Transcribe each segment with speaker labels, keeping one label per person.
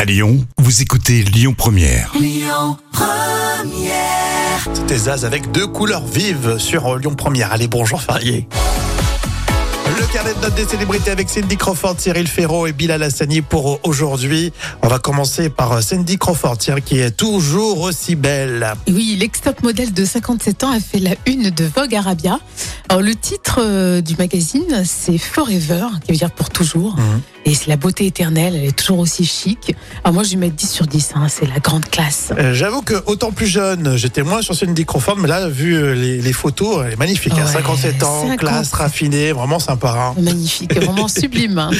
Speaker 1: À Lyon, vous écoutez Lyon Première.
Speaker 2: C'était Zaz avec deux couleurs vives sur euh, Lyon Première. Allez, bonjour Farier. Le carnet de notes des célébrités avec Cindy Crawford, Cyril Ferraud et Bilal Hassani pour euh, aujourd'hui. On va commencer par euh, Cindy Crawford, tiens, qui est toujours aussi belle.
Speaker 3: Oui, l'ex-top modèle de 57 ans a fait la une de Vogue Arabia. Alors, le titre euh, du magazine, c'est Forever, qui veut dire pour toujours.
Speaker 2: Mhm.
Speaker 3: Et c'est la beauté éternelle, elle est toujours aussi chic. Alors, moi, je lui mets 10 sur 10, hein, c'est la grande classe.
Speaker 2: Euh, J'avoue que autant plus jeune, j'étais moins sur Cindy Crawford, mais là, vu euh, les, les photos, elle est magnifique. hein,
Speaker 3: Ouais,
Speaker 2: 57 ans,
Speaker 3: 50.
Speaker 2: classe raffinée, vraiment sympa. hein.
Speaker 3: Magnifique, vraiment sublime. hein.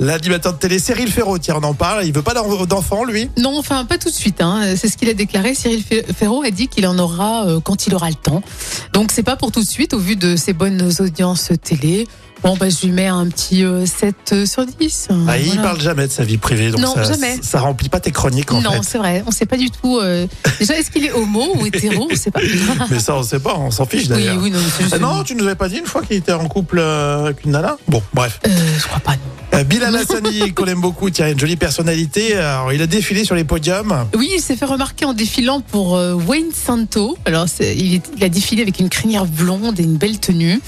Speaker 2: L'animateur de télé, Cyril Ferraud, tiens, on en parle. Il veut pas d'en- d'enfant, lui.
Speaker 3: Non, enfin, pas tout de suite. hein. C'est ce qu'il a déclaré. Cyril Fe- Ferraud a dit qu'il en aura euh, quand il aura le temps. Donc, c'est pas pour tout de suite, au vu de ses bonnes audiences télé. Bon, bah, je lui mets un petit euh, 7 sur 10. hein,
Speaker 2: Ah, Il
Speaker 3: voilà.
Speaker 2: parle jamais de sa vie privée, donc
Speaker 3: Non,
Speaker 2: ça,
Speaker 3: jamais.
Speaker 2: ça remplit pas tes chroniques en fait.
Speaker 3: Non, c'est vrai. On ne sait pas du tout. euh, Déjà, est-ce qu'il est homo ou hétéro On ne sait pas.
Speaker 2: Mais ça, on sait pas, on s'en fiche
Speaker 3: oui,
Speaker 2: d'ailleurs.
Speaker 3: oui, non. c'est juste-
Speaker 2: Ah non, tu nous avais pas dit une fois qu'il était en couple euh, avec une nana Bon, bref.
Speaker 3: Euh, je crois pas. non.
Speaker 2: Euh, Bilal Hassani, qu'on aime beaucoup, tiens, une jolie personnalité. Alors, il a défilé sur les podiums.
Speaker 3: Oui, il s'est fait remarquer en défilant pour euh, Wayne Santo. Alors, c'est- il, est- il a défilé avec une crinière blonde et une belle tenue.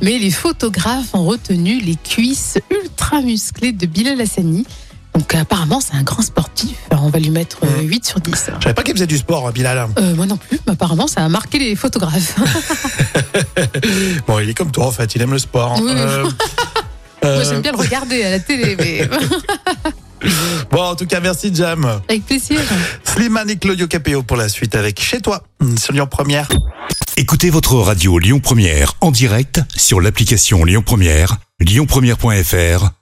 Speaker 3: Mais les photographes ont retenu les cuisses ultra musclées de Bilal Hassani. Donc, apparemment, c'est un grand sportif. Alors, on va lui mettre euh, 8 sur 10.
Speaker 2: Je savais pas qu'il faisait du sport, hein, Bilal.
Speaker 3: Euh, moi non plus, mais apparemment, ça a marqué les photographes.
Speaker 2: Bon, il est comme toi, en fait, il aime le sport.
Speaker 3: Oui, oui. Moi, j'aime
Speaker 2: euh,
Speaker 3: bien le regarder à la télé, mais
Speaker 2: bon, en tout cas, merci, Jam.
Speaker 3: avec plaisir.
Speaker 2: Slimane et Claudio Capéo pour la suite avec Chez toi, sur Lyon Première.
Speaker 1: Écoutez votre radio Lyon Première en direct sur l'application Lyon Première, lyonpremière.fr